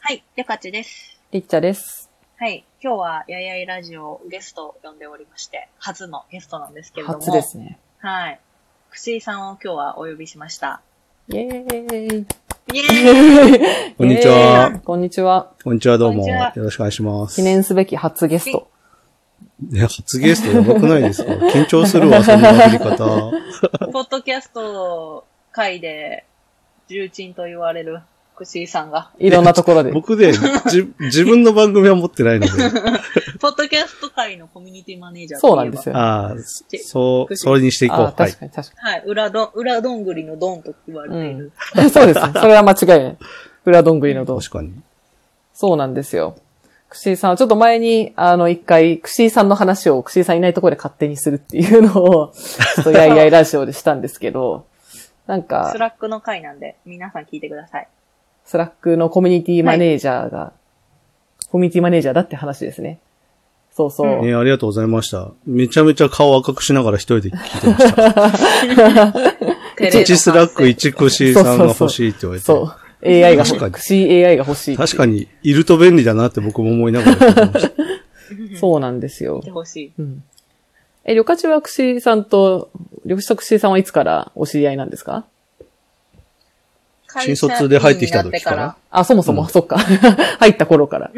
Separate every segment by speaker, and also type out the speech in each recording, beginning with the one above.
Speaker 1: はい、ゆかちです。
Speaker 2: りっちゃです。
Speaker 1: はい、今日はやいやいラジオゲストを呼んでおりまして、初のゲストなんですけれども。
Speaker 2: 初ですね。
Speaker 1: はい。くしいさんを今日はお呼びしました。
Speaker 2: イエーイ。
Speaker 1: イェーイ
Speaker 3: こんにちは
Speaker 2: イエーイ。こんにちは。
Speaker 3: こんにちは、どう
Speaker 1: こんに
Speaker 3: も。
Speaker 1: ちは
Speaker 3: よろしくお願いします。
Speaker 2: 記念すべき初ゲスト。
Speaker 3: ね初ゲストやばくないですか緊張するわ、そんな振り方。
Speaker 1: ポッドキャスト会で重鎮と言われるくしいさんが、
Speaker 2: いろんなところで。
Speaker 3: 僕で、じ、自分の番組は持ってない ので。
Speaker 1: ポッドキャスト界のコミュニティマネージャーといえ
Speaker 2: そう
Speaker 1: ば
Speaker 2: なんですよ。
Speaker 3: ああ、そう、それにしていこ
Speaker 2: あ
Speaker 3: う。はい
Speaker 2: 確。かに確か
Speaker 1: はい、裏ど、裏どんぐりのどんと言われ
Speaker 2: に。う
Speaker 1: てい
Speaker 2: ん
Speaker 1: る。。
Speaker 2: そうですね。それは間違いない。裏どんぐりのどん。
Speaker 3: 確かに。
Speaker 2: そうなんですよ。くしーさんは、ちょっと前に、あの、一回、くしーさんの話を、くしーさんいないところで勝手にするっていうのを、ちょっとやいやいラジオでしたんですけど、なん か
Speaker 1: ス、ラックの会なんで、皆さん聞いてください。
Speaker 2: スラックのコミュニティマネージャーが、コミュニティマネージャーだって話ですね。そうそう。
Speaker 1: うん
Speaker 3: ねありがとうございました。めちゃめちゃ顔赤くしながら一 人で聞いてました。
Speaker 1: テレの反省
Speaker 3: 1スラック1クシーさんが欲しいって言われて。
Speaker 2: そう。AI が
Speaker 3: 確か
Speaker 2: 欲
Speaker 3: に
Speaker 2: しい。AI が欲しい。
Speaker 3: 確かに、いると便利だなって僕も思いながら聞いてました。
Speaker 2: そうなんですよ
Speaker 1: 聞いて。ほしい。
Speaker 2: うん。え、旅客はくしさんと、旅客とくしさんはいつからお知り合いなんですか
Speaker 3: 新卒で入ってきた時から。
Speaker 2: あ、そもそも、
Speaker 3: うん
Speaker 2: そっか。 入った頃から。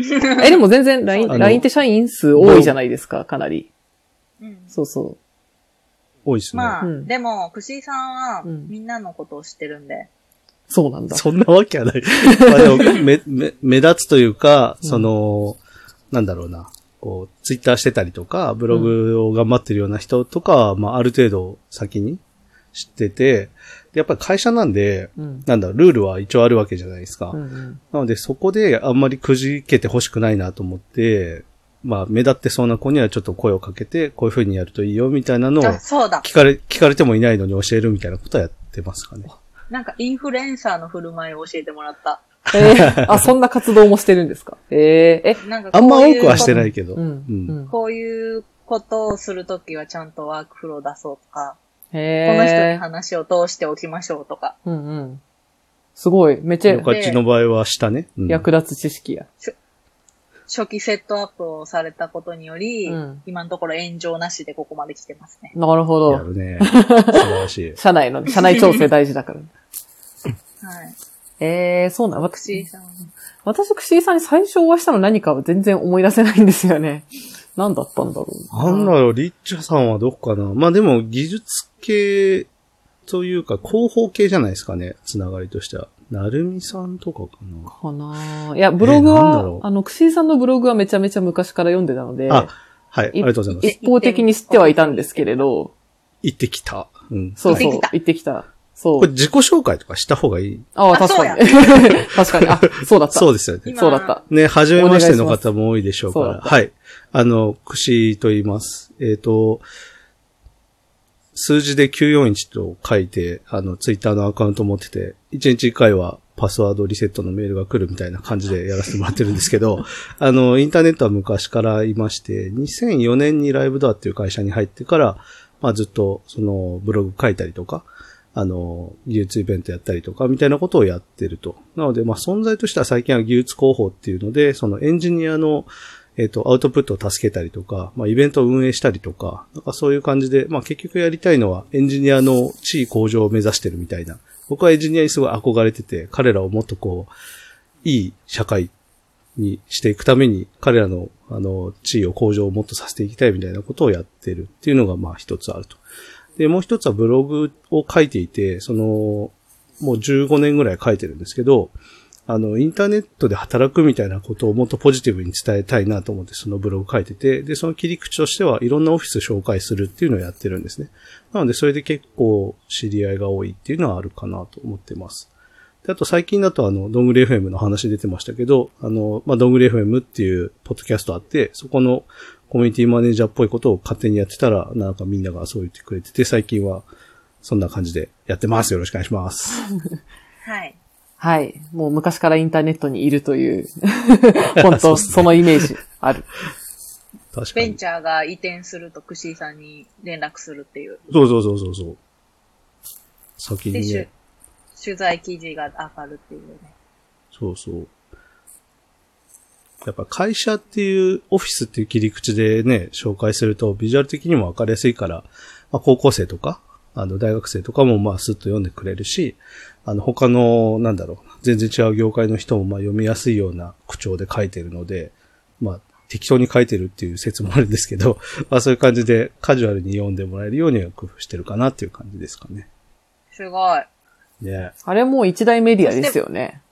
Speaker 2: え、でも全然 LINE、
Speaker 3: あの
Speaker 2: LINE って社員数多いじゃないですか、かなり。
Speaker 1: うん
Speaker 2: そうそ
Speaker 3: 多いですね。
Speaker 1: まあ、
Speaker 2: うん
Speaker 1: でも、くしさんは、
Speaker 2: うん
Speaker 1: みんなのことを知ってるんで。
Speaker 2: う。そうなんだ。
Speaker 3: そんなわけはない。 まあでも、め、め、目立つというか、
Speaker 2: うん
Speaker 3: その、なんだろうな。こう、ツイッターしてたりとか、ブログを頑張ってるような人とかは、まあ、ある程度先に知ってて、でやっぱり会社なんで、
Speaker 2: うん。
Speaker 3: なんだろう、ルールは一応あるわけじゃないですか。
Speaker 2: うんうん。
Speaker 3: なので、そこであんまりくじけてほしくないなと思って、まあ、目立ってそうな子にはちょっと声をかけて、こういう風にやるといいよ、みたいなのを、
Speaker 1: あ、そうだ。
Speaker 3: 聞かれ、聞かれてもいないのに教えるみたいなことはやってますかね。
Speaker 1: なんか、インフルエンサーの振る舞いを教えてもらった。
Speaker 2: えーあ、そんな活動もしてるんですかえー、え、
Speaker 1: なんかこ
Speaker 3: あ
Speaker 1: うい
Speaker 3: ん
Speaker 1: うこ
Speaker 3: ま
Speaker 1: と
Speaker 3: 多くはしてないけど。
Speaker 2: うん。うん。
Speaker 1: こういうことをするときはちゃんとワークフロー出そうとか、この人に
Speaker 2: へえ。
Speaker 1: 話を通しておきましょうとか、
Speaker 2: うんうん。すごい。めっち
Speaker 3: よ
Speaker 2: ゃ
Speaker 3: かっちの場合は下ね。うん
Speaker 2: 役立つ知識や。
Speaker 1: 初期セットアップをされたことにより、
Speaker 2: うん
Speaker 1: 今のところ炎上なしでここまで来てますね。
Speaker 2: なるほ
Speaker 3: や
Speaker 2: ど。
Speaker 3: るね。素晴らし い。
Speaker 2: 社内の、 社内調整大事だか
Speaker 1: は
Speaker 2: ら。
Speaker 1: い。
Speaker 2: ええそうなの。
Speaker 1: くしー
Speaker 2: 私、
Speaker 1: さん。
Speaker 2: 私、くしーさんに最初お会いしたの何かは全然思い出せないんですよね。 何だったんだろう。
Speaker 3: なんだろう、リッチャさんはどこかなまあでも、技術系というか、広報系じゃないですかね。つながりとしては。なるみさんとかかな
Speaker 2: かなぁいや、ブログ
Speaker 3: えーなんだ
Speaker 2: は、
Speaker 3: ろう
Speaker 2: あの、くしーさんのブログはめちゃめちゃ昔から読んでたので、
Speaker 3: あ、はい、ありがとうございます。
Speaker 2: 一方的に知ってはいたんですけれど、
Speaker 3: 行ってきた。うん。
Speaker 2: そうそう、
Speaker 1: 行ってきた
Speaker 2: 行ってきた。そ
Speaker 3: これ
Speaker 2: う。
Speaker 3: 自己紹介とかした方がいい
Speaker 2: ああ、
Speaker 1: あ
Speaker 2: 確かに。 確かに。あ、そうだった。
Speaker 3: そうですよね。
Speaker 1: 今
Speaker 2: そうだった。
Speaker 3: ね、初めましての方も多いでしょうか
Speaker 2: お願い
Speaker 3: ら。
Speaker 2: します
Speaker 3: はい。あの、くしと言います。えっ、と、数字で941と書いて、あの、ツイッターのアカウント持ってて、1日1回はパスワードリセットのメールが来るみたいな感じでやらせてもらってるんですけど、 あの、インターネットは昔からいまして、2004年にライブドアっていう会社に入ってから、まあずっと、その、ブログ書いたりとか、あの、技術イベントやったりとか、みたいなことをやってると。なので、まあ、存在としては最近は技術広報っていうので、そのエンジニアの、えっ、と、アウトプットを助けたりとか、まあ、イベントを運営したりとか、なんかそういう感じで、まあ、結局やりたいのはエンジニアの地位向上を目指してるみたいな。僕はエンジニアにすごい憧れてて、彼らをもっとこう、いい社会にしていくために、彼らの、あの、地位を向上をもっとさせていきたいみたいなことをやってるっていうのが、まあ、一つあると。で、もう一つはブログを書いていて、その、もう15年ぐらい書いてるんですけど、あの、インターネットで働くみたいなことをもっとポジティブに伝えたいなと思ってそのブログ書いてて、で、その切り口としてはいろんなオフィス紹介するっていうのをやってるんですね。なので、それで結構知り合いが多いっていうのはあるかなと思ってます。であと最近だとあの、どんぐり FM の話出てましたけど、あの、まあ、どんぐり FM っていうポッドキャストあって、そこのコミュニティマネージャーっぽいことを勝手にやってたら、なんかみんながそう言ってくれてて、最近はそんな感じでやってます。よろしくお願いします。
Speaker 1: はい。
Speaker 2: はい。もう昔からインターネットにいるという、 本当そのイメージある。
Speaker 3: 確か
Speaker 1: ベン
Speaker 3: に。
Speaker 1: チャーが移転するとクシーさんに連絡するっていう。
Speaker 3: そうそうそうそうそう。先
Speaker 1: で、
Speaker 3: に
Speaker 1: 取
Speaker 3: ね。
Speaker 1: 取材記事が上がるっていうね。
Speaker 3: そうそう。やっぱ会社っていう、オフィスっていう切り口でね、紹介するとビジュアル的にもわかりやすいから、まあ、高校生とか、あの、大学生とかもまあ、スッと読んでくれるし、あの、他の、なんだろう、全然違う業界の人もまあ、読みやすいような口調で書いてるので、まあ、適当に書いてるっていう説もあるんですけど、 まあ、そういう感じでカジュアルに読んでもらえるようには工夫してるかなっていう感じですかね。
Speaker 1: すごい。
Speaker 3: ね
Speaker 2: あれもう一大メディアですよね。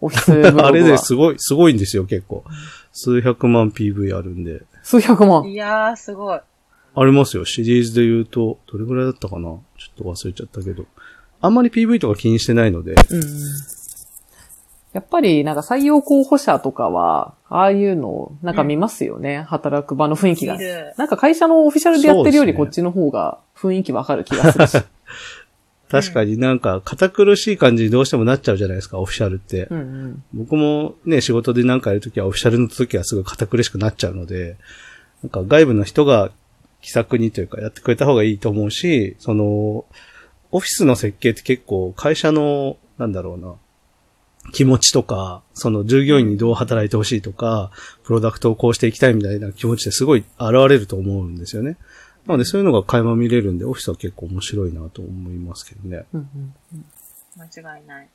Speaker 2: オフィスブログは。
Speaker 3: あれですごい、すごいんですよ、結構。数百万 PV あるんで。
Speaker 2: 数百万。
Speaker 1: いやー、すごい。
Speaker 3: ありますよ。シリーズで言うと、どれぐらいだったかなちょっと忘れちゃったけど。あんまり PV とか気にしてないので。
Speaker 2: うんうん。やっぱりなんか採用候補者とかは、ああいうのをなんか見ますよね。働く場の雰囲気が
Speaker 1: 見る。
Speaker 2: なんか会社のオフィシャルでやってるより
Speaker 3: そう
Speaker 2: こ
Speaker 3: で
Speaker 2: っ
Speaker 3: す
Speaker 2: ちの方が雰囲気わかる気がするし。
Speaker 3: 確かになんか、堅苦しい感じにどうしてもなっちゃうじゃないですか、オフィシャルって。
Speaker 2: うんうん。
Speaker 3: 僕もね、仕事でなんかやるときは、オフィシャルのときはすごい堅苦しくなっちゃうので、なんか外部の人が気さくにというかやってくれた方がいいと思うし、その、オフィスの設計って結構会社の、なんだろうな、気持ちとか、その従業員にどう働いてほしいとか、プロダクトをこうしていきたいみたいな気持ちってすごい現れると思うんですよね。なのでそういうのが垣間見れるんで、オフィスは結構面白いなと思いますけどね。
Speaker 2: うんうん
Speaker 1: 間違いない。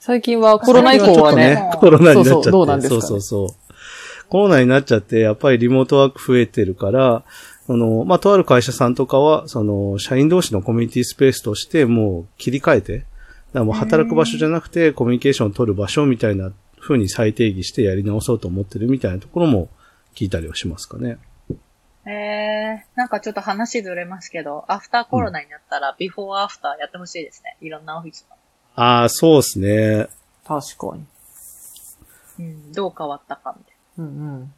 Speaker 2: 最近はコロナ以降はね、
Speaker 3: コロナになっちゃ
Speaker 2: そ
Speaker 3: って。
Speaker 2: うそうどうなんですかね
Speaker 3: そうそうそうコロナになっちゃって、やっぱりリモートワーク増えてるから、その、まあ、とある会社さんとかは、その、社員同士のコミュニティスペースとして、もう切り替えて、だからもう働く場所じゃなくて、コミュニケーションを取る場所みたいな風に再定義してやり直そうと思ってるみたいなところも聞いたりはしますかね。
Speaker 1: えー、なんかちょっと話ずれますけど、アフターコロナになったら、ビフォーアフターやってほしいですね。いろんなオフィスの。
Speaker 3: ああ、そうですね。
Speaker 2: 確かに。
Speaker 1: うん、どう変わったかみたい
Speaker 2: うんうん。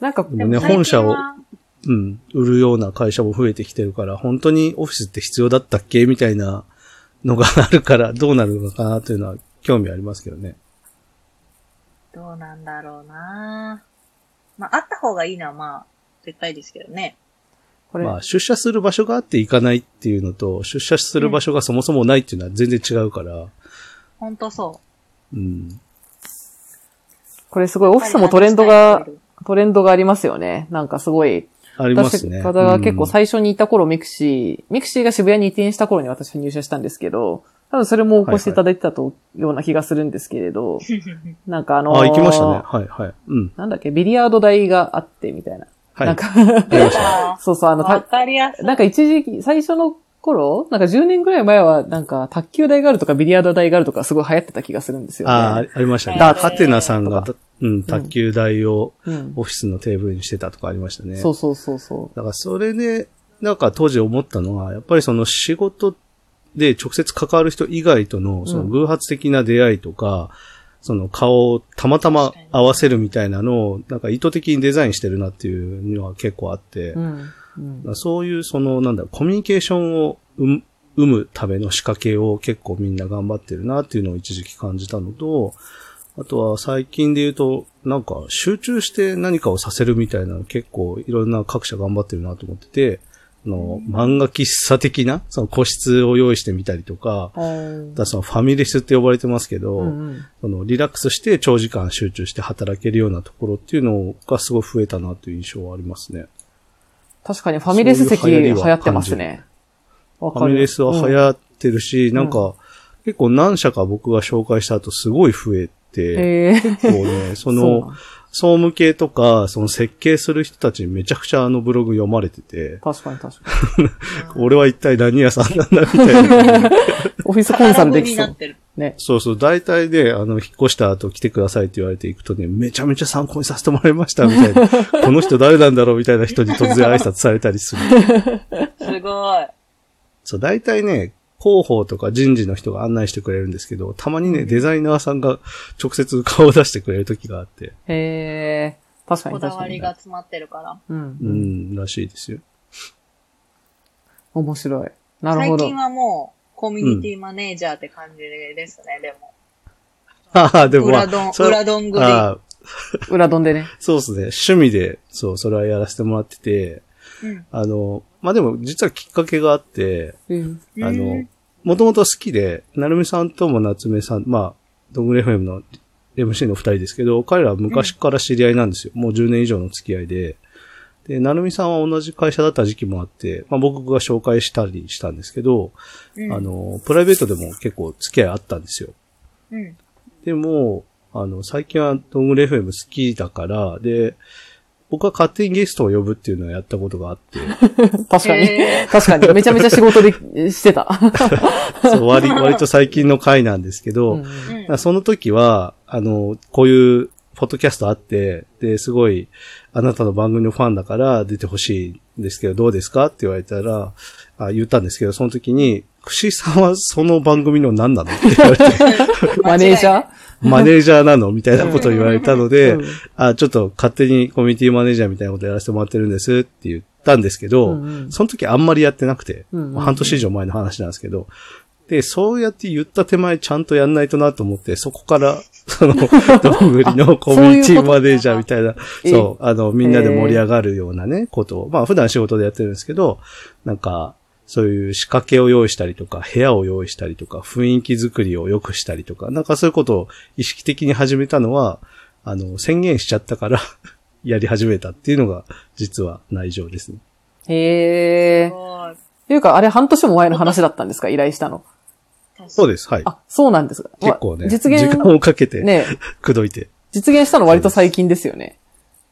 Speaker 2: なんか、
Speaker 1: な。
Speaker 3: ね
Speaker 1: でも最近
Speaker 3: 本社を
Speaker 1: は
Speaker 3: うん、売るような会社も増えてきてるから、本当にオフィスって必要だったっけみたいなのがあるから、どうなるのかなというのは興味ありますけどね。
Speaker 1: どうなんだろうなまあ、あった方がいいのはまあ、絶対ですけどね。
Speaker 2: これ、
Speaker 3: まあ、出社する場所があって行かないっていうのと、出社する場所がそもそもないっていうのは全然違うから、
Speaker 1: ほんとそ。
Speaker 3: うん。
Speaker 2: これすごいうオフィスもトレンドが、トレンドがありますよね。なんかすごい、
Speaker 3: ありますね。
Speaker 2: 私方が結構
Speaker 3: 最
Speaker 2: 最初にいた頃、ミクシー、ミクシーが渋谷に移転した頃に私は入社したんですけど、多分それもお越しいただいてたと、ような気がするんですけれど、なんかあのー
Speaker 3: あ、行きましたね。はい、はい。うん。
Speaker 2: なんだっけ、ビリヤード台があってみたいな。
Speaker 3: はい。
Speaker 2: なん
Speaker 3: あ
Speaker 2: か、
Speaker 3: りまし た。
Speaker 1: あ
Speaker 2: そうそう、あ
Speaker 1: ー
Speaker 2: の、
Speaker 1: わ
Speaker 2: た
Speaker 1: かりやすい。
Speaker 2: なんか一時期、最初の頃、なんか10年ぐらい前は、なんか卓球台があるとかビリヤード台があるとかすごい流行ってた気がするんですよ、ね。
Speaker 3: あー、ありましたね。
Speaker 2: ダーツ
Speaker 3: ハテナさんが
Speaker 2: と、
Speaker 3: うん、卓球台を
Speaker 2: うん
Speaker 3: オフィスのテーブルにしてたとかありましたね。
Speaker 2: そうそうそうそう。
Speaker 3: だからそれで、なんか当時思ったのは、やっぱりその仕事で直接関わる人以外との、その偶発的な出会いとか、その顔をたまたま合わせるみたいなのを、なんか意図的にデザインしてるなっていうのは結構あって、
Speaker 2: う
Speaker 3: だか
Speaker 2: ん。うん
Speaker 3: らそういうその、なんだろう、コミュニケーションを生む生むための仕掛けを結構みんな頑張ってるなっていうのを一時期感じたのと、あとは最近で言うと、なんか集中して何かをさせるみたいなの結構いろんな各社頑張ってるなと思ってて、あの、漫画喫茶的な、その個室を用意してみたりとか、
Speaker 2: あー
Speaker 3: あとはそのファミレスって呼ばれてますけど、
Speaker 2: うんうん
Speaker 3: そのリラックスして長時間集中して働けるようなところっていうのがすごい増えたなという印象はありますね。
Speaker 2: 確かにファミレス席
Speaker 3: そういう流
Speaker 2: 流
Speaker 3: 行りは
Speaker 2: 行ってますね。わ
Speaker 3: ファミレスは
Speaker 2: っ
Speaker 3: 流行ってるし、なんか、結構何社か僕が紹介した後すごい増えて、
Speaker 2: て。へー
Speaker 3: 結構 ね、そ
Speaker 2: そうな
Speaker 3: の
Speaker 2: ん、
Speaker 3: 総務系とか、その設計する人たちにめちゃくちゃあのブログ読まれてて、
Speaker 2: 確かに確か
Speaker 3: 俺は一体何屋さんなんだみた いな。
Speaker 2: に。オフィスコンサルで
Speaker 1: 空振り
Speaker 2: きそ
Speaker 1: になっ
Speaker 2: う。
Speaker 1: てる。
Speaker 2: ね。
Speaker 3: そうそう、大体で、あの、引っ越した後来てくださいって言われて行くとね、めちゃめちゃ参考にさせてもらいました、みたい な。この人誰なんだろうみたいな人に突然挨拶されたりする。
Speaker 1: すごい。
Speaker 3: そう、大体ね、広報とか人事の人が案内してくれるんですけど、たまにね、デザイナーさんが直接顔を出してくれる時があって、
Speaker 2: へー確か
Speaker 1: こ
Speaker 2: に
Speaker 1: だ
Speaker 2: 確
Speaker 1: わ
Speaker 2: か
Speaker 1: り
Speaker 2: に。
Speaker 1: が詰まってるから。
Speaker 2: う。
Speaker 3: うんん、らしいですよ。
Speaker 2: 面白い。なる
Speaker 1: 最
Speaker 2: ほど
Speaker 1: 近。はもう、コミュニティマネージャーって感じですね、でも。
Speaker 3: ああ、でも、ま
Speaker 1: 裏
Speaker 3: あ
Speaker 1: どん、
Speaker 3: それ
Speaker 1: 裏どんぐり。
Speaker 3: ああ
Speaker 2: 裏丼でね。
Speaker 3: そうですね、趣味で、そう、それはやらせてもらってて、
Speaker 1: うん
Speaker 3: あの、まあ、でも、実はきっかけがあって、
Speaker 2: うん。
Speaker 3: あ
Speaker 1: う
Speaker 3: の
Speaker 1: ん、
Speaker 3: もともと好きで、なるみさんとも夏目さん、まあ、ドングレフェムの MC の二人ですけど、彼らは昔から知り合いなんですよ。もう10年以上の付き合いで。で、なるみさんは同じ会社だった時期もあって、まあ僕が紹介したりしたんですけど、
Speaker 1: うん
Speaker 3: あの、プライベートでも結構付き合いあったんですよ。
Speaker 1: うん。
Speaker 3: でも、あの、最近はドングレ FM 好きだから、で、僕は勝手にゲストを呼ぶっていうのをやったことがあって、
Speaker 2: 確かに。
Speaker 1: え
Speaker 2: 確かに。めちゃめちゃ仕事でえしてた。
Speaker 3: そう割割と最近の回なんですけど、
Speaker 2: うん
Speaker 1: ーうん
Speaker 3: だからその時は、あの、こういう、ポッドキャストあって、で、すごい、あなたの番組のファンだから出てほしいんですけど、どうですかって言われたら、あ言ったんですけど、その時に、くしさんはその番組の何なのって言われて、
Speaker 2: マネージャー
Speaker 3: マネージャーなのみたいなことを言われたので、
Speaker 2: うん
Speaker 3: あ、ちょっと勝手にコミュニティマネージャーみたいなことやらせてもらってるんですって言ったんですけど、
Speaker 2: うんうん
Speaker 3: その時あんまりやってなくて、
Speaker 2: うんうん
Speaker 3: まあ半年以上前の話なんですけど、で、そうやって言った手前ちゃんとやんないとなと思って、そこから、そ の、どんぐりのコミュニティマネージャーみたいな、
Speaker 2: え
Speaker 3: そう、あの、みんなで盛り上がるようなね、ことを、まあ普段仕事でやってるんですけど、なんか、そういう仕掛けを用意したりとか、部屋を用意したりとか、雰囲気作りを良くしたりとか、なんかそういうことを意識的に始めたのは、あの、宣言しちゃったから、 やり始めたっていうのが、実は内情ですね。
Speaker 2: へえ。
Speaker 1: そう
Speaker 2: というか、あれ半年も前の話だったんですか依頼したの。
Speaker 3: そうです、はい。
Speaker 2: あ、そうなんですか。
Speaker 3: 結構ね、
Speaker 2: わ
Speaker 3: 時
Speaker 2: 実現、
Speaker 3: 間をかけて、
Speaker 2: ね、
Speaker 3: くどいて。
Speaker 2: 実現したの割と最近ですよね。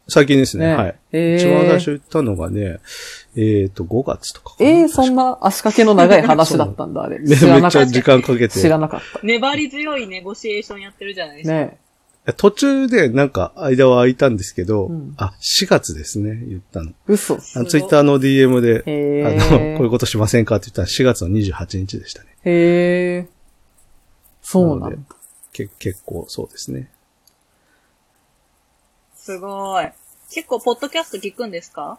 Speaker 3: 最近ですね、
Speaker 2: ね
Speaker 3: はい。
Speaker 2: へー
Speaker 3: 一番最初言ったのがね、えっ、と、5月とかかな。
Speaker 2: ええそんな足掛けの長い話だったんだ、あれ。
Speaker 3: ね
Speaker 2: 知ら
Speaker 3: め
Speaker 2: な
Speaker 3: っち
Speaker 2: か
Speaker 3: ゃ
Speaker 2: っ
Speaker 3: 時間かけ
Speaker 2: た。知
Speaker 3: て
Speaker 2: ら。なかっ
Speaker 1: 粘り強いネゴシエーションやってるじゃないで
Speaker 2: た。
Speaker 1: すか。
Speaker 2: ね
Speaker 3: 途中でなんか間は空いたんですけど、
Speaker 2: うん
Speaker 3: あ、4月ですね、言ったの。
Speaker 2: 嘘。
Speaker 3: あ
Speaker 1: す
Speaker 3: の、
Speaker 1: ごい
Speaker 3: ツイッターの DM で、
Speaker 2: へ
Speaker 3: あ
Speaker 2: ー
Speaker 3: の、こういうことしませんかって言ったら4月の28日でしたね。
Speaker 2: へえ。そうな
Speaker 3: なの
Speaker 2: ん
Speaker 3: で
Speaker 2: だ。
Speaker 3: け結構そうですね。
Speaker 1: すごい。結構、ポッドキャスト聞くんですか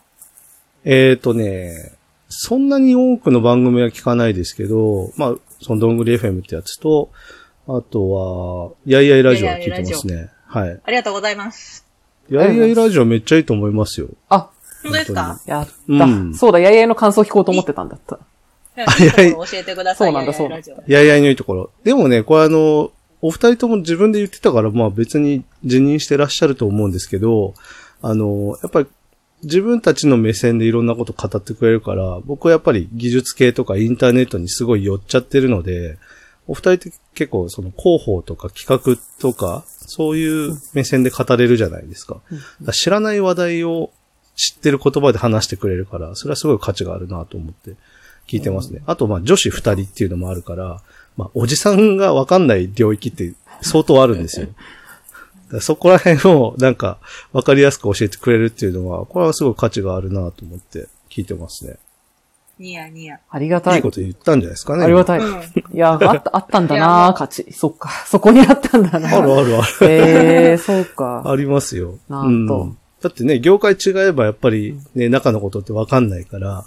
Speaker 3: えっ、ー、とね、そんなに多くの番組は聞かないですけど、まあ、そのどんぐり FM ってやつと、あとは、やいやいラジオは聞いてますね。はい。
Speaker 1: ありがとうございます。
Speaker 3: やいやいラジオめっちゃいいと思いますよ。
Speaker 2: あ、
Speaker 1: 本当ですか
Speaker 2: やった。
Speaker 3: うん
Speaker 2: そうだ、やいやいの感想聞こうと思ってたんだった。
Speaker 1: うん
Speaker 3: 当
Speaker 1: い
Speaker 3: に
Speaker 1: いところ教えてください。
Speaker 2: そうなんだ
Speaker 1: やややラジオ
Speaker 3: やいやいのいいところ。でもね、これあの、お二人とも自分で言ってたから、まあ別に辞任してらっしゃると思うんですけど、あの、やっぱり自分たちの目線でいろんなこと語ってくれるから、僕はやっぱり技術系とかインターネットにすごい寄っちゃってるので、お二人って結構その広報とか企画とか、そういう目線で語れるじゃないですか。だから知らない話題を知ってる言葉で話してくれるから、それはすごい価値があるなと思って聞いてますね。あと、まあ、女子二人っていうのもあるから、まあ、おじさんがわかんない領域って相当あるんで すよ。だからそこら辺をなんかわかりやすく教えてくれるっていうのは、これはすごい価値があるなと思って聞いてますね。
Speaker 1: ニヤニヤ。
Speaker 2: ありが
Speaker 3: い、
Speaker 2: た
Speaker 3: い
Speaker 2: い。
Speaker 3: こと言ったんじゃないですかね。
Speaker 2: ありがたい。
Speaker 1: うん
Speaker 2: いや、あった、 あったんだ
Speaker 1: いやま
Speaker 2: な
Speaker 1: あ
Speaker 2: 価値。そっか。そこにあったんだな
Speaker 3: あるあるある。
Speaker 2: ええ、そうか。
Speaker 3: ありますよ。
Speaker 2: なんと
Speaker 3: うんだってね、業界違えばやっぱりね、中のことってわかんないから、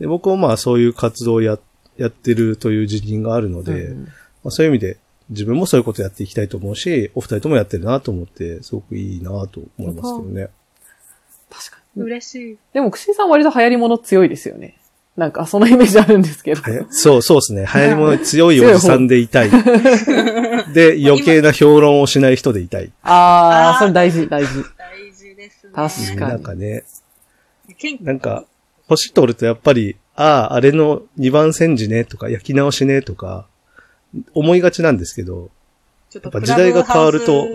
Speaker 3: で僕もまあそういう活動をや、やってるという自認があるので、
Speaker 2: うん
Speaker 3: まあ、そういう意味で自分もそういうことやっていきたいと思うし、お二人ともやってるなと思って、すごくいいなと思いますけどね。
Speaker 2: 確かに。
Speaker 1: 嬉しい。
Speaker 2: でも、くしさん割と流行り物強いですよね。なんか、そのイメージあるんですけど。
Speaker 3: はやそう、そうですね。流行り物に強いおじさんでいたい。 で、余計な評論をしない人でいたい。
Speaker 2: あ
Speaker 1: あ
Speaker 2: ー、
Speaker 1: ー
Speaker 2: それ大事、大事。
Speaker 1: 大事ですね。
Speaker 2: 確かに
Speaker 3: なんかね、
Speaker 1: 謙虚
Speaker 3: なんか、年取るとやっぱり、ああ、あれの2番煎じねとか、焼き直しねとか、思いがちなんですけど、
Speaker 1: ちょっ
Speaker 3: やっぱ時代が変わると、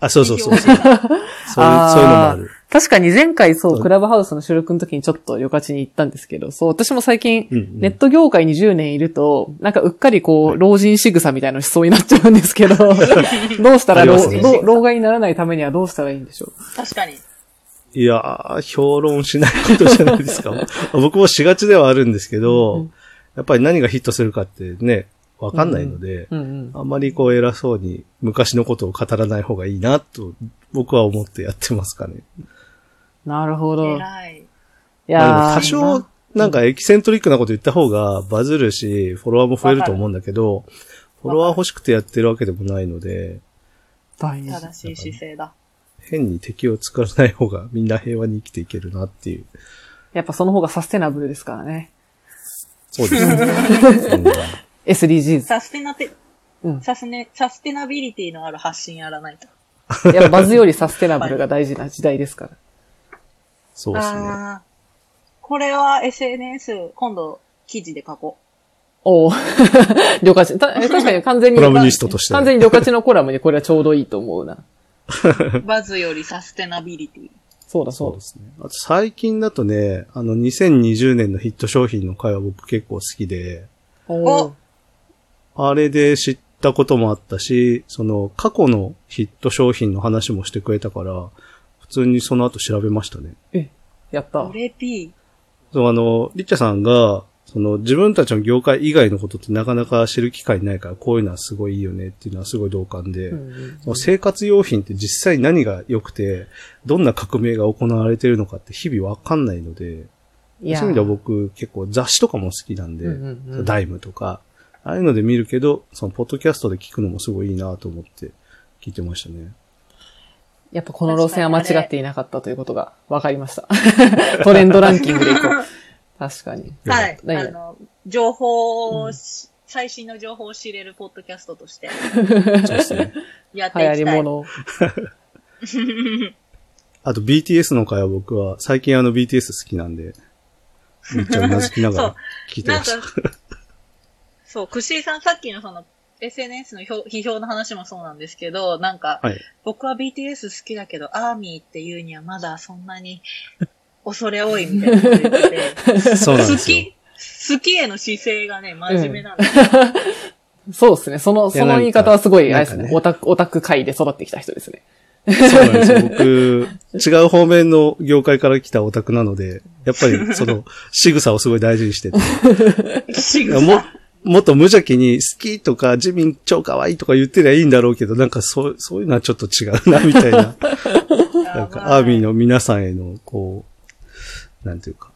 Speaker 3: あ、そうそうそう、そういう、
Speaker 1: う。
Speaker 3: そういうのもある。
Speaker 2: 確かに前回そ
Speaker 3: そう
Speaker 2: う、クラブハウスの収録の時にちょっと旅館に行ったんですけど、そう、私も最近、
Speaker 3: うんうん
Speaker 2: ネット業界に10年いると、なんかうっかりこう、老人仕草みたいなのしそうになっちゃうんですけど、 どうした
Speaker 3: あ
Speaker 2: ら
Speaker 3: り
Speaker 2: 老、
Speaker 3: ますね
Speaker 2: 老老害にならないためにはどうしたらいいんでしょう
Speaker 1: 確かに。
Speaker 3: いやー、評論しないことじゃないです か。僕もしがちではあるんですけ
Speaker 2: う
Speaker 3: ど
Speaker 2: ん、
Speaker 3: やっぱり何がヒットするかってね、わかんないので、
Speaker 2: うんうん。
Speaker 3: あんまりこう偉そうに昔のことを語らない方がいいなと、僕は思ってやってますかね。
Speaker 2: なるほど。い
Speaker 1: 偉い。
Speaker 3: ま
Speaker 2: やー
Speaker 3: あでも多少、なんかエキセントリックなこと言った方がバズるし、フォロワーも増えると思うんだけど、フォロワー欲しくてやってるわけでもないので、
Speaker 2: 大事。
Speaker 1: 正しい姿勢だ。
Speaker 3: 変に敵を作らない方がみんな平和に生きていけるなっていう。
Speaker 2: やっぱその方がサステナブルですからね。
Speaker 3: そうで すね。
Speaker 2: SDGs。
Speaker 1: サステナテ
Speaker 2: うん、
Speaker 1: サスネ、サステナビリティのある発信やらないと。
Speaker 2: やっぱバズよりサステナブルが大事な時代ですから。
Speaker 3: そうですね。
Speaker 1: ああーこれは SNS、今度記事で書こ
Speaker 2: おお 旅客 地。た確かに完全に。
Speaker 3: コラムニストとして
Speaker 2: 完全に旅客地のコラムにこれはちょうどいいと思うな。
Speaker 1: う。バズよりサステナビリティ。
Speaker 2: そうだそ
Speaker 3: そう
Speaker 2: う
Speaker 3: で
Speaker 2: だ。
Speaker 3: すね。あと最近だとね、あの、2020年のヒット商品の回は僕結構好きで、
Speaker 2: おー
Speaker 3: あれで知ったこともあったし、その過去のヒット商品の話もしてくれたから、普通にその後調べましたね。
Speaker 2: え、やった
Speaker 1: グ。レピ
Speaker 3: そう、あの、リッチャさんが、その自分たちの業界以外のことってなかなか知る機会ないから、こういうのはすごいいいよねっていうのはすごい同感で、
Speaker 2: うん
Speaker 3: その生活用品って実際何が良くて、どんな革命が行われてるのかって日々わかんないので、
Speaker 2: いや
Speaker 3: そういう意味では僕結構雑誌とかも好きなんで、
Speaker 2: うんうんうん
Speaker 3: ダイムとか、ああいうので見るけど、そのポッドキャストで聞くのもすごいいいなと思って聞いてましたね。
Speaker 2: やっぱこの路線は間違っていなかったということが分かりました。 トレンドランキングでいこう。確かに。
Speaker 1: ー。はい。
Speaker 2: 何
Speaker 1: あの、情報をし、最新の情報を知れるポッドキャストとして
Speaker 3: そうですね。
Speaker 1: やって
Speaker 2: 流
Speaker 1: い
Speaker 2: 行
Speaker 1: き
Speaker 2: り
Speaker 1: たい。
Speaker 2: 物。
Speaker 3: あと BTS の回は僕は最近あの BTS 好きなんで、めっちゃうなずきながら聞いて
Speaker 1: な
Speaker 3: ま
Speaker 1: ん
Speaker 3: した。
Speaker 1: か、そう、くしーさんさっきのその、SNS の評批評の話もそうなんですけど、なんか、
Speaker 3: はい。
Speaker 1: 僕は BTS 好きだけど、アーミーっていうにはまだそんなに 恐れ多いみたいなこと言ってて、
Speaker 3: そうなんで
Speaker 1: 好
Speaker 3: すよ。
Speaker 1: き、好きへの姿勢がね、真面目なんで、
Speaker 2: そうですね。その、その言い方はすごい、あれ
Speaker 3: なん
Speaker 2: で
Speaker 3: か
Speaker 2: す
Speaker 3: なんか
Speaker 2: ね。
Speaker 3: ね
Speaker 2: オタク、オタク界で育ってきた人ですね。
Speaker 3: そうなんですよ。僕、違う方面の業界から来たオタクなので、やっぱりその仕草をすごい大事にしてて、
Speaker 1: 仕
Speaker 3: い
Speaker 1: 草
Speaker 3: やも、もっと無邪気に好きとかジミン超可愛いとか言ってりゃいいんだろうけど、なんかそう、そういうのはちょっと違うな、みたいな。なんか、アーミーの皆さんへの、こう、なんていうか。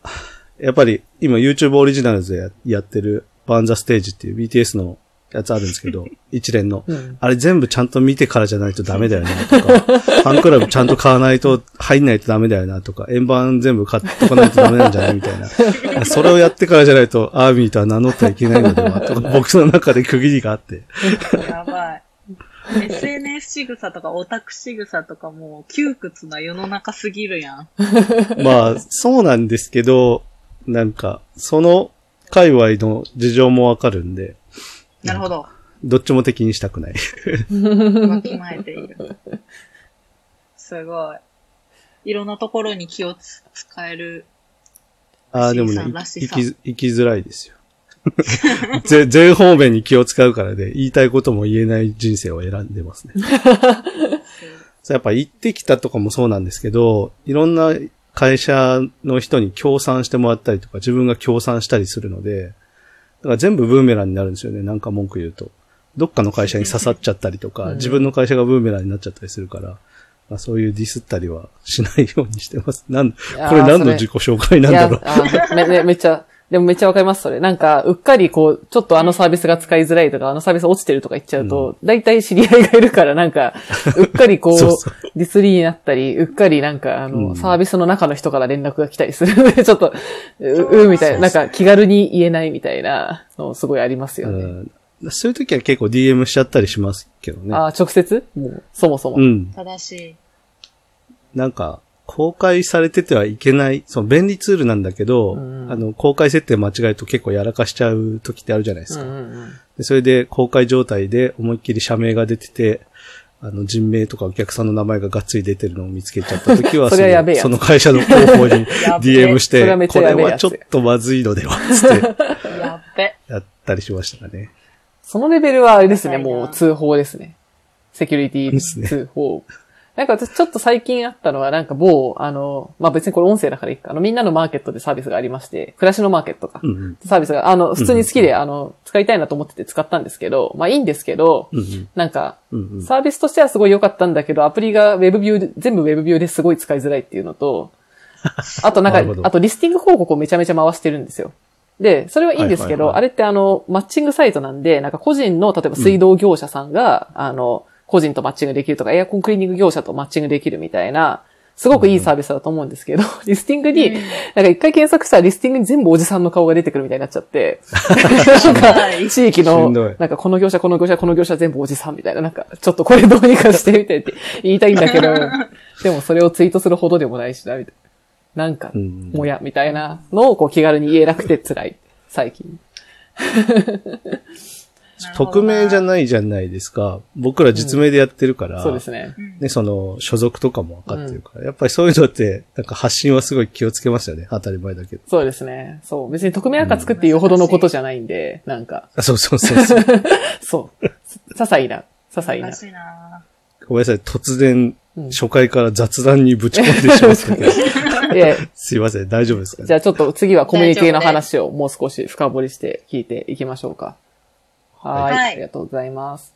Speaker 3: やっぱり、今 YouTube オリジナルズでややってる、バンザステージっていう BTS のやつあるんです けど、一連の。
Speaker 2: うん
Speaker 3: あれ全部ちゃんと見てからじゃないとダメだよね、とか。ファンクラブちゃんと買わないと、入んないとダメだよな、とか。円盤全部買っとかないとダメなんじゃないみたい な。それをやってからじゃないと、アーミーとは名乗ってはいけないのでは、とか、僕の中で区切りがあって。
Speaker 1: やばい。SNS 仕草とかオタク仕草とかもう窮屈な世の中すぎるやん。
Speaker 3: まあ、そうなんですけど、なんか、その界隈の事情もわかるんで、
Speaker 1: なるほ ど。
Speaker 3: どっちも敵にしたくない。
Speaker 1: わきまえている。すごい。いろんなところに気をつ使える。
Speaker 3: ああ、でも
Speaker 1: らしいさ
Speaker 3: ね
Speaker 1: ら、し
Speaker 3: 生
Speaker 1: さ
Speaker 3: き、生きづらいですよ。 ぜ全方面に気を使うからで、言いたいことも言えない人生を選ん でますね。そうやっぱ行ってきたとかもそうなんですけど、いろんな会社の人に協賛してもらったりとか、自分が協賛したりするので、だから全部ブーメランになるんですよね、なんか文句言うと。どっかの会社に刺さっちゃったりとか、
Speaker 2: うん
Speaker 3: 自分の会社がブーメランになっちゃったりするから、まあ、そういうディスったりはしないようにしてます。なん、こ
Speaker 2: やー
Speaker 3: れ何
Speaker 2: そ
Speaker 3: の
Speaker 2: れ
Speaker 3: 自己紹介なん
Speaker 2: い
Speaker 3: だ
Speaker 2: や
Speaker 3: ろう。
Speaker 2: あめ めめっちゃ、でもめっちゃわかります、それ。なんか、うっかりこう、ちょっとあのサービスが使いづらいとか、あのサービス落ちてるとか言っちゃうと、大体知り合いがいるから、なん か、うっかりこう、
Speaker 3: そうそ
Speaker 2: ディスリーになったり、うっかりなんか、あの、
Speaker 3: うん
Speaker 2: サービスの中の人から連絡が来たりするので、ち ょっと、う、うみたいな、なんか気軽に言えないみたいなの、すごいありますよね。
Speaker 3: うんそういう時は結構 DM しちゃったりしますけどね。
Speaker 2: ああ、直接もう、そもそも。
Speaker 3: うん。
Speaker 1: 正しい。
Speaker 3: なんか、公開されててはいけない、その便利ツールなんだけど、
Speaker 2: うん
Speaker 3: あの、公開設定間違えると結構やらかしちゃう時ってあるじゃないです
Speaker 2: うん
Speaker 3: か。
Speaker 2: うんうん
Speaker 3: でそれで公開状態で思いっきり社名が出てて、あの、人名とかお客さんの名前ががっつり出てるのを見つけちゃった時は、
Speaker 2: それはやべえやつ
Speaker 3: そのその会社の広報 に
Speaker 1: やべえ
Speaker 3: DM し
Speaker 2: そ
Speaker 3: て
Speaker 2: れはめ、っち
Speaker 3: こ
Speaker 2: ゃ
Speaker 3: れ
Speaker 2: やべえ
Speaker 3: は
Speaker 2: やつ
Speaker 3: ちょっとまずいのでは、つって
Speaker 1: やっべ。
Speaker 3: やったりしましたかね。
Speaker 2: そのレベルはあれですね、
Speaker 1: 高いな
Speaker 2: もう通報ですね。セキュリテ
Speaker 3: ですね
Speaker 2: ィ通報。なんか私ちょっと最近あったのは、なんか某、あの、まあ、別にこれ音声だからいいか。あの、みんなのマーケットでサービスがありまして、暮らしのマーケットか。
Speaker 3: うんうん。
Speaker 2: サービスが、あの、普通に好きで、あの、使いたいなと思ってて使ったんですけど、まあいいんですけど、
Speaker 3: うんうん。
Speaker 2: なんか、
Speaker 3: うんうん。
Speaker 2: サービスとしてはすごい良かったんだけど、アプリが WebView で、全部 WebView ですごい使いづらいっていうのと、 あとなん
Speaker 3: なるほ
Speaker 2: か、
Speaker 3: ど
Speaker 2: あとリスティング広告をめちゃめちゃ回してるんですよ。で、それはいいんですけど、
Speaker 3: はいはいはい
Speaker 2: あれってあの、マッチングサイトなんで、なんか個人の、例えば水道業者さんが、あの、個人とマッチングできるとか、エアコンクリーニング業者とマッチングできるみたいな、すごくいいサービスだと思うんですけど、リスティングに、
Speaker 1: うん
Speaker 2: なんか一回検索したらリスティングに全部おじさんの顔が出てくるみたいになっちゃって、なん
Speaker 1: はい
Speaker 2: か地域
Speaker 3: し
Speaker 2: の、
Speaker 3: んどい
Speaker 2: なんかこの業者、この業者、この業者全部おじさんみたいな、なんかちょっとこれどうにかしてみたいって言いたいんだけど、でもそれをツイートするほどでもないしな、みたいな。なんか、
Speaker 3: うん
Speaker 2: もや、みたいなのをこう気軽に言えなくて辛い、最近。
Speaker 3: 匿名じゃ
Speaker 1: な
Speaker 3: ないじゃないですか。僕ら実名でやってるから、
Speaker 2: そうですね。
Speaker 3: ね、その、所属とかも分かってるから、やっぱりそういうのって、なんか発信はすごい気をつけますよね。当たり前だけど。
Speaker 2: そうですね。そう。別に匿名アカ作って言うほどのことじゃないんで、なんか、
Speaker 3: あそうそうそう そう。
Speaker 2: そう。些細な、些細
Speaker 1: るほどな
Speaker 2: な
Speaker 1: 難。しいな
Speaker 3: ごめんなさい、突然、
Speaker 2: うん
Speaker 3: 初回から雑談にぶち込んでしまっ たけど、
Speaker 2: いや
Speaker 3: すいません、大丈夫ですか
Speaker 2: じ
Speaker 3: ね。
Speaker 2: ゃあちょっと次はコミュニティの話をもう少し深掘りして聞いていきましょうか。は。
Speaker 1: はいい
Speaker 2: ありがとうございます。